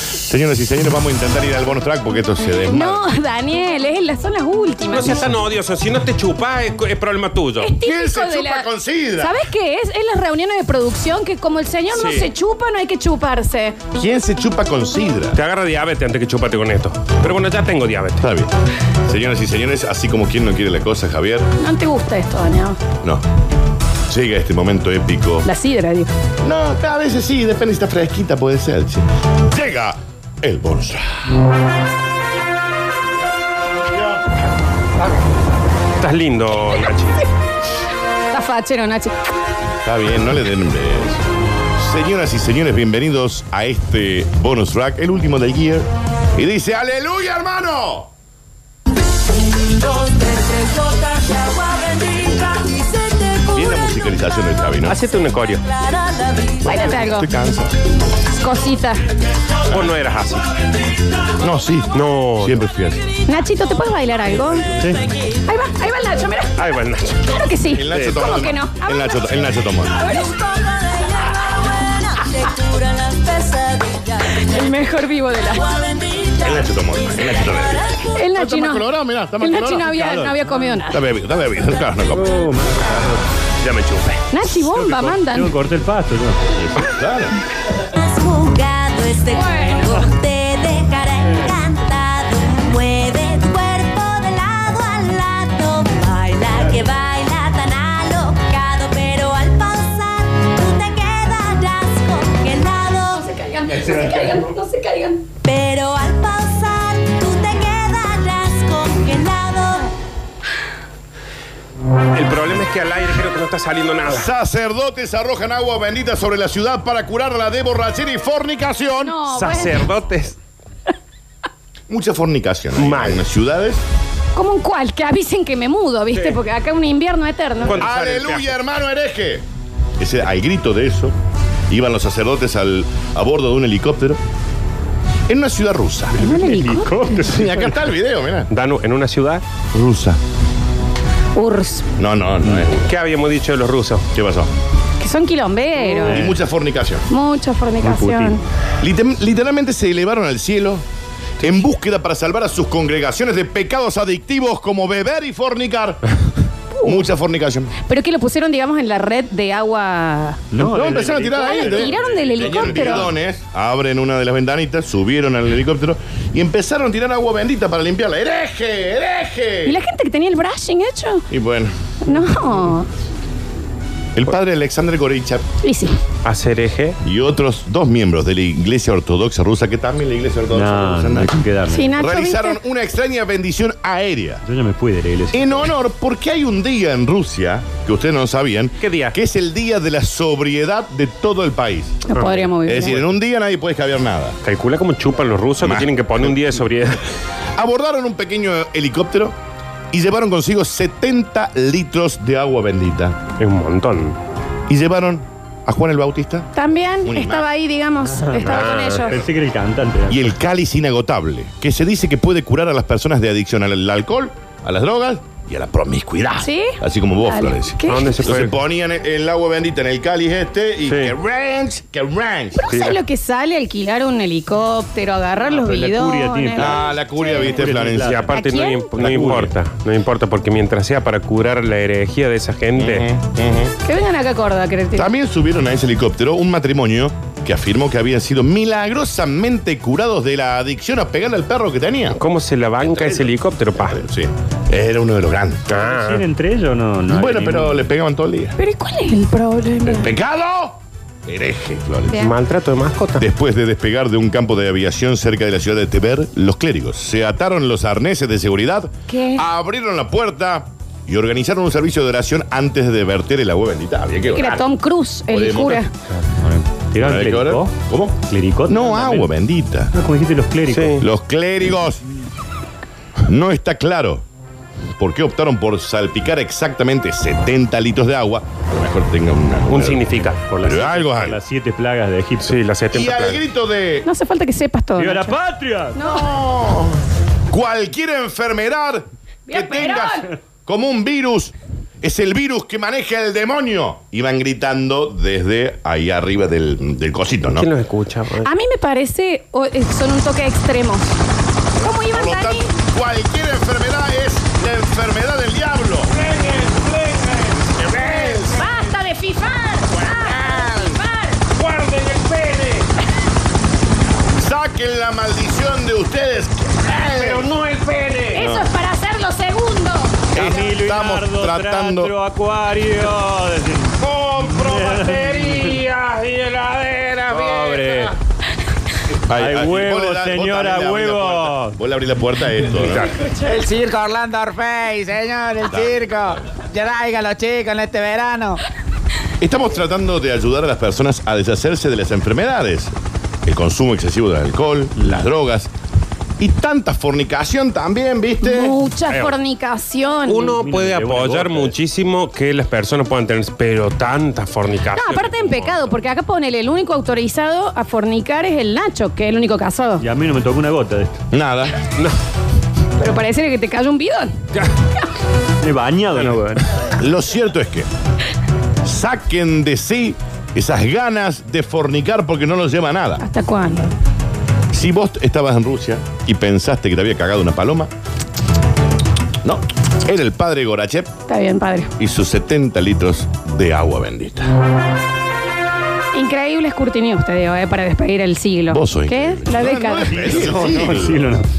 Señoras y señores, vamos a intentar ir al bonus track porque esto se desmadra. No, Daniel, es la- son las últimas. No seas tan odioso, si no te chupás es, es problema tuyo. Es típico ¿Quién se de chupa la- con sidra? ¿Sabes qué es? Es las reuniones de producción que como el señor no Sí. se chupa, no hay que chuparse. ¿Quién se chupa con sidra? Te agarra diabetes antes que chupate con esto. Pero bueno, ya tengo diabetes. Está bien. Señoras y señores, así como quien no quiere la cosa, Javier, No te gusta esto, Daniel. no. Llega este momento épico. La sidra, digo. No, a veces sí, depende si está fresquita, puede ser. sí. Llega el bonus track. Estás lindo, Nachi. Está fachero, Nachi. Está bien, no le den beso. Señoras y señores, bienvenidos a este bonus track, el último del year. Y dice, ¡Aleluya, hermano! Bien la musicalización del Javi, ¿no? Hacete un ecorio. Báilate algo. Estoy cansado. Cosita. Vos no eras así. No, sí. No. Siempre fui así. Nachito, ¿te puedes bailar algo? Sí. Ahí va, ahí va el Nacho, mira. Ay, bueno, Nachi. Claro que sí. El Nacho ¿Cómo tomando. que no? Ah, A El ver, Nacho, el Nacho tomando. a ver, el mejor vivo de la. El Nacho tomando. El Nacho tomando. El No, Nachi está más no. colorado, mirá, está más el Nachi no colorado. había, Claro. no había comido nada. Está bebido, está bebido. Claro, no como. Ya me chupé. Nachi, bomba, Yo mandan. corté el pasto, yo. Claro. Has jugado este juego, te dejará encantado. Mueve tu cuerpo de lado a lado, baila que baila tan alocado, pero al pausar tú te quedarás congelado. caigan, no se caigan, no se caigan. Pero al pausar tú te quedarás congelado. El problema es que al aire creo que no está saliendo nada. Sacerdotes arrojan agua bendita sobre la ciudad para curarla de borrachera y fornicación. No, bueno. Sacerdotes. Mucha fornicación. hay Mal. En las ciudades. Como un cual, que avisen que me mudo, ¿viste? Sí. Porque acá un invierno eterno. ¿Cuándo sale el ¡Aleluya, viaje? hermano hereje! Ese, al grito de eso, iban los sacerdotes al, a bordo de un helicóptero en una ciudad rusa. ¿En un helicóptero? Sí, acá está el video, mirá. Danu, en una ciudad, Rusa. Urs, No, no, no es. ¿qué habíamos dicho de los rusos? ¿Qué pasó? que son quilomberos. Y mucha fornicación. Mucha fornicación. Liter- literalmente se elevaron al cielo en búsqueda para salvar a sus congregaciones de pecados adictivos como beber y fornicar. Mucha fornicación. Pero que lo pusieron, digamos, en la red de agua. No, empezaron a tirar Ah, aire. ¿eh? lo tiraron del Tenían helicóptero. bidones, abren una de las ventanitas, subieron al helicóptero y empezaron a tirar agua bendita para limpiarla. ¡Hereje! ¿Y la ¡Hereje! gente que tenía el brushing hecho? Y bueno, No. el padre Alexander Gorichap Y sí. Hacer eje. y otros dos miembros de la iglesia ortodoxa rusa, que también la iglesia ortodoxa No, rusa, no, no hay que quedarme. Sí, Nacho, realizaron ¿viste? una extraña bendición aérea. Yo ya me fui de la iglesia. En honor, porque hay un día en Rusia, que ustedes no sabían, ¿Qué día? que es el día de la sobriedad de todo el país. No podríamos Es vivir. decir, en un día nadie puede caviar nada. Calcula cómo chupan los rusos Más. que tienen que poner un día de sobriedad. Abordaron un pequeño helicóptero y llevaron consigo 70 litros de agua bendita. Es un montón. Y llevaron a Juan el Bautista También Un estaba imán. ahí, digamos. Estaba con ellos. Pensé que era el cantante. y el cáliz inagotable, que se dice que puede curar a las personas de adicción al alcohol, a las drogas y a la promiscuidad. ¿Sí? Así como vos, Dale. Florencia. ¿Qué? ¿A dónde se fue? Entonces ponían el agua bendita en el cáliz este y Sí. que ranch, que ranch. ¿Vos sabés lo que sale alquilar un helicóptero, agarrar los pero la curia tiene bidones? plata. Ah, la curia, viste, Curia tiene Florencia. Y aparte ¿A no, quién? imp- no importa, no importa, porque mientras sea para curar la herejía de esa gente, Que vengan acá a Córdoba, que te- También subieron a ese helicóptero un matrimonio que afirmó que habían sido milagrosamente curados de la adicción a pegarle al perro que tenía. Ah, ¿cómo se la banca ese helicóptero, pa? Sí, era uno de los grandes. Ah, ¿Siguen entre ellos no? no bueno, había pero ningún- le pegaban todo el día. Pero ¿y cuál es el problema? ¡Pecado! Hereje, Flores. Bien. maltrato de mascota. Después de despegar de un campo de aviación cerca de la ciudad de Teber, los clérigos se ataron los arneses de seguridad, ¿Qué? abrieron la puerta y organizaron un servicio de oración antes de verter el agua bendita. Había que Que era orar. Tom Cruise, el Podemos- cura. ¿Tiraron Había que orar. clericó? ¿Cómo? ¿Clericó? No, También. agua bendita. No, como dijiste los clérigos. Sí. Los clérigos. No está claro por qué optaron por salpicar exactamente 70 litros de agua. A lo mejor tenga una- Un una- significa. Por las, Pero siete, algo por hay. las siete plagas de Egipto. Sí, la Y 70 al plagas. grito de No hace falta que sepas todo. ¡Viva la Nacho. patria! No. Cualquier enfermedad que Bien, tengas Perón. como un virus Es el virus que maneja el demonio. Iban gritando desde ahí arriba del, del cosito, ¿no? ¿Quién los escucha? A mí me parece o- eh, son un toque extremo. ¿Cómo iban, Por lo Dani? tanto, cualquier enfermedad es la enfermedad del diablo. ¡Basta de fifar! ¡Basta de fifar! Saquen la maldición de ustedes. Pero no Eso es para hacerlo segundo. Camilo y Estamos Nardo, tratando- Trastro, Acuario. compro baterías y heladeras. Pobre. Ay, huevo, señora, huevo. Vos le abrís la puerta a esto, ¿eh? ¿no? El circo Orlando Orfei, señor, el circo. Ya traigan los chicos en este verano. Estamos tratando de ayudar a las personas a deshacerse de las enfermedades. El consumo excesivo de alcohol, las drogas y tanta fornicación también, ¿viste? Mucha fornicación. Uno Mira, puede de buena apoyar gota. muchísimo que las personas puedan tener, pero tanta fornicación. No, aparte en pecado, porque acá ponele el único autorizado a fornicar es el Nacho, que es el único casado. Y a mí no me tocó una gota de esto. Nada. Pero parece que te cayó un bidón. Me he bañado, no, weón. Lo cierto es que saquen de sí esas ganas de fornicar porque no nos lleva a nada. ¿Hasta cuándo? Si vos estabas en Rusia y pensaste que te había cagado una paloma, no, era el padre Gorachev Está bien, padre. y sus 70 litros de agua bendita. Increíble escrutinio usted, digo, eh, para despedir el siglo. Vos sois ¿Qué? increíble. La No, década. no es- No, no, sí, no, no.